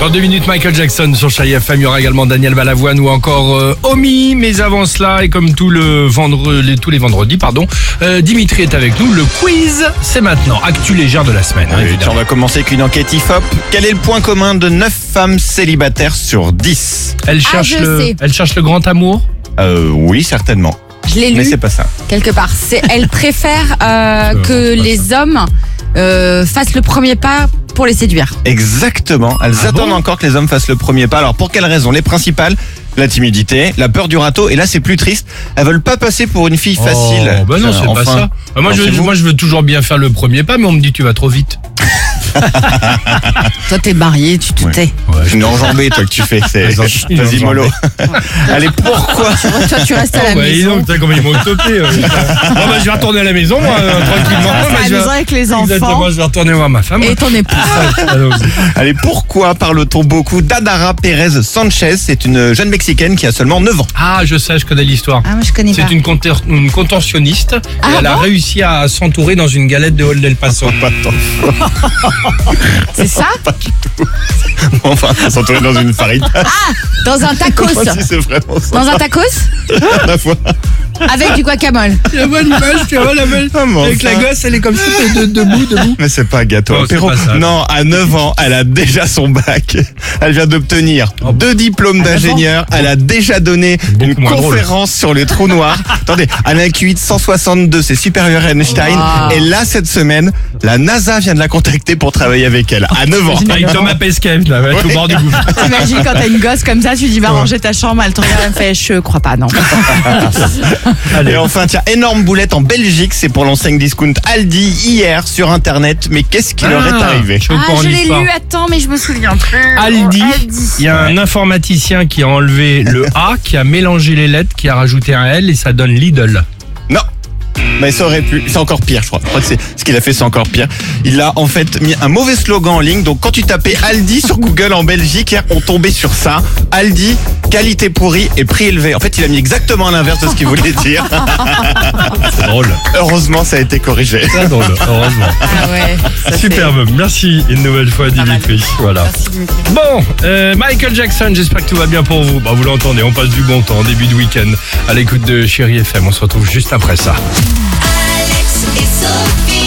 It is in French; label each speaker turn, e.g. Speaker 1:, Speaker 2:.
Speaker 1: Dans deux minutes, Michael Jackson sur Chai FM. Il y aura également Daniel Balavoine ou encore euh, Omi. Mais avant cela, et comme tout le vendre- les- tous les vendredis, pardon, euh, Dimitri est avec nous. Le quiz, c'est maintenant. Actu légère de la semaine. hein,
Speaker 2: Et
Speaker 1: évidemment.
Speaker 2: on va commencer avec une enquête IFOP. Quel est le point commun de 9 femmes célibataires sur 10
Speaker 1: elle, cherche
Speaker 3: Ah, je
Speaker 1: le,
Speaker 3: sais.
Speaker 1: elle cherche le grand amour.
Speaker 2: Euh oui, certainement.
Speaker 3: Je l'ai
Speaker 2: Mais
Speaker 3: lu
Speaker 2: c'est pas ça.
Speaker 3: quelque part. C'est elle préfère euh,
Speaker 1: Euh,
Speaker 3: que
Speaker 1: c'est pas
Speaker 3: les hommes euh, fassent le premier pas pour les séduire.
Speaker 2: Exactement. Elles
Speaker 1: Ah
Speaker 2: attendent
Speaker 1: bon
Speaker 2: encore que les hommes fassent le premier pas. Alors pour quelles raisons Les principales la timidité, la peur du râteau, et là c'est plus triste. Elles veulent pas passer pour une fille facile.
Speaker 1: Oh, bah non,
Speaker 2: Euh,
Speaker 1: c'est pas
Speaker 2: enfin,
Speaker 1: ça. Bah, moi, je,
Speaker 2: pensez-vous
Speaker 1: moi, je veux toujours bien faire le premier pas, mais on me dit tu vas trop vite.
Speaker 3: Toi, t'es marié, tu te
Speaker 2: Ouais.
Speaker 3: tais.
Speaker 2: C'est une enjambée toi que tu fais. C'est
Speaker 1: Une enjambée.
Speaker 2: vas-y mollo. Allez pourquoi
Speaker 3: Toi, tu restes à la
Speaker 1: Oh, bah, dis
Speaker 3: maison.
Speaker 1: donc, putain, comment ils m'ont topé. euh, putain. Bon, bah, je vais retourner à la maison, moi, euh, tranquillement.
Speaker 3: Tu restes
Speaker 1: Bah,
Speaker 3: à la
Speaker 1: je vais-
Speaker 3: maison avec les enfants
Speaker 1: Exactement, je vais retourner voir ma femme.
Speaker 3: et ton époux.
Speaker 2: Allez pourquoi parle-t-on beaucoup d'Adara Pérez Sanchez C'est une jeune mexicaine qui a seulement 9 ans.
Speaker 1: Ah, je sais, je connais l'histoire.
Speaker 3: Ah, moi, je connais pas.
Speaker 1: C'est une, conter- une contentionniste.
Speaker 3: Ah
Speaker 1: et elle a
Speaker 3: bon
Speaker 1: réussi à s'entourer dans une galette de Hall del Paso.
Speaker 3: C'est ça
Speaker 2: Enfin, elles sont tombées dans une farine.
Speaker 3: Dans un tacos.
Speaker 2: Je sais pas si c'est vraiment ça.
Speaker 3: Dans un tacos
Speaker 2: à la fois.
Speaker 3: avec du guacamole.
Speaker 1: la bonne image, tu vois, la belle.
Speaker 2: Ah, mais
Speaker 1: Avec la
Speaker 2: enfin.
Speaker 1: gosse, elle est comme ça, de- debout, debout.
Speaker 2: Mais c'est pas un gâteau
Speaker 1: Non, c'est
Speaker 2: apéro.
Speaker 1: pas ça.
Speaker 2: Non, à 9 ans, elle a déjà son bac. Elle vient d'obtenir
Speaker 1: Oh.
Speaker 2: deux diplômes
Speaker 3: À 9 ans
Speaker 2: d'ingénieur. Elle a déjà donné
Speaker 1: Beaucoup
Speaker 2: une
Speaker 1: moins drôle.
Speaker 2: conférence sur les trous noirs. Attendez, elle a un QI de 162, c'est supérieur à Einstein.
Speaker 3: Wow.
Speaker 2: Et là, cette semaine, la NASA vient de la contacter pour travailler avec elle. À 9 ans.
Speaker 1: Avec Thomas Pesquet, là, elle va être au bord du gouffre.
Speaker 3: T'imagines quand t'as une gosse comme ça, tu dis va
Speaker 1: Ouais.
Speaker 3: ranger ta chambre, elle te regarde, elle fait je crois pas, non.
Speaker 2: Et
Speaker 1: Allez,
Speaker 2: enfin, tiens, énorme boulette en Belgique. C'est pour l'enseigne discount Aldi hier sur Internet. Mais qu'est-ce qui leur est
Speaker 1: Ah,
Speaker 2: arrivé
Speaker 1: je suis au courant de l'histoire.
Speaker 3: attends, mais je me souviens plus.
Speaker 1: Aldi,
Speaker 3: Aldi.
Speaker 1: il y a un informaticien qui a enlevé le A, qui a mélangé les lettres, qui a rajouté un L et ça donne Lidl.
Speaker 2: Non. Mais ça aurait pu. C'est encore pire, je crois. Je crois que c'est ce qu'il a fait, c'est encore pire. Il a en fait mis un mauvais slogan en ligne. Donc quand tu tapais Aldi sur Google en Belgique, hier, on tombait sur ça. Aldi, qualité pourrie et prix élevé. En fait, il a mis exactement l'inverse de ce qu'il voulait dire.
Speaker 1: C'est drôle.
Speaker 2: Heureusement, ça a été corrigé.
Speaker 1: Très drôle, heureusement.
Speaker 3: Ah ouais, ça, c'est-
Speaker 1: Superbe, merci une nouvelle fois Dimitri. Voilà.
Speaker 3: Merci, Dimitri.
Speaker 1: Bon, euh, Michael Jackson, j'espère que tout va bien pour vous. Bah, vous l'entendez, on passe du bon temps, début de week-end, à l'écoute de Chérie FM. On se retrouve juste après ça.
Speaker 4: Alex et Sophie.